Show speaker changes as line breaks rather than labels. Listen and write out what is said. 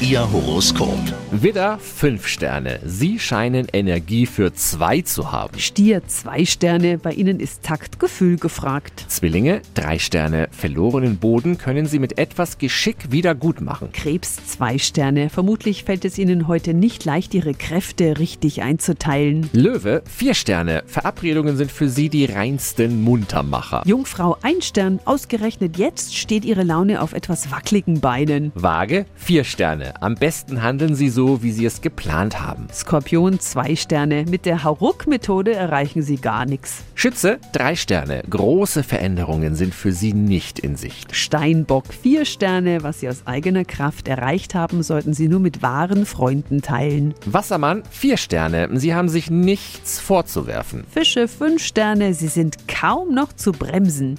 Ihr Horoskop.
Widder, 5 Sterne. Sie scheinen Energie für 2 zu haben.
Stier, zwei Sterne, bei Ihnen ist Taktgefühl gefragt.
Zwillinge, 3 Sterne. Verlorenen Boden können Sie mit etwas Geschick wieder gut machen.
Krebs, zwei Sterne, vermutlich fällt es Ihnen heute nicht leicht, Ihre Kräfte richtig einzuteilen.
Löwe, 4 Sterne. Verabredungen sind für Sie die reinsten Muntermacher.
Jungfrau, ein Stern, ausgerechnet jetzt steht Ihre Laune auf etwas wackeligen Beinen.
Waage, 4 Sterne. Am besten handeln Sie so, wie Sie es geplant haben.
Skorpion, zwei Sterne, mit der Hauruck-Methode erreichen Sie gar nichts.
Schütze, 3 Sterne. Große Veränderungen sind für Sie nicht in Sicht.
Steinbock, vier Sterne, was Sie aus eigener Kraft erreicht haben, sollten Sie nur mit wahren Freunden teilen.
Wassermann, 4 Sterne. Sie haben sich nichts vorzuwerfen.
Fische, fünf Sterne, Sie sind kaum noch zu bremsen.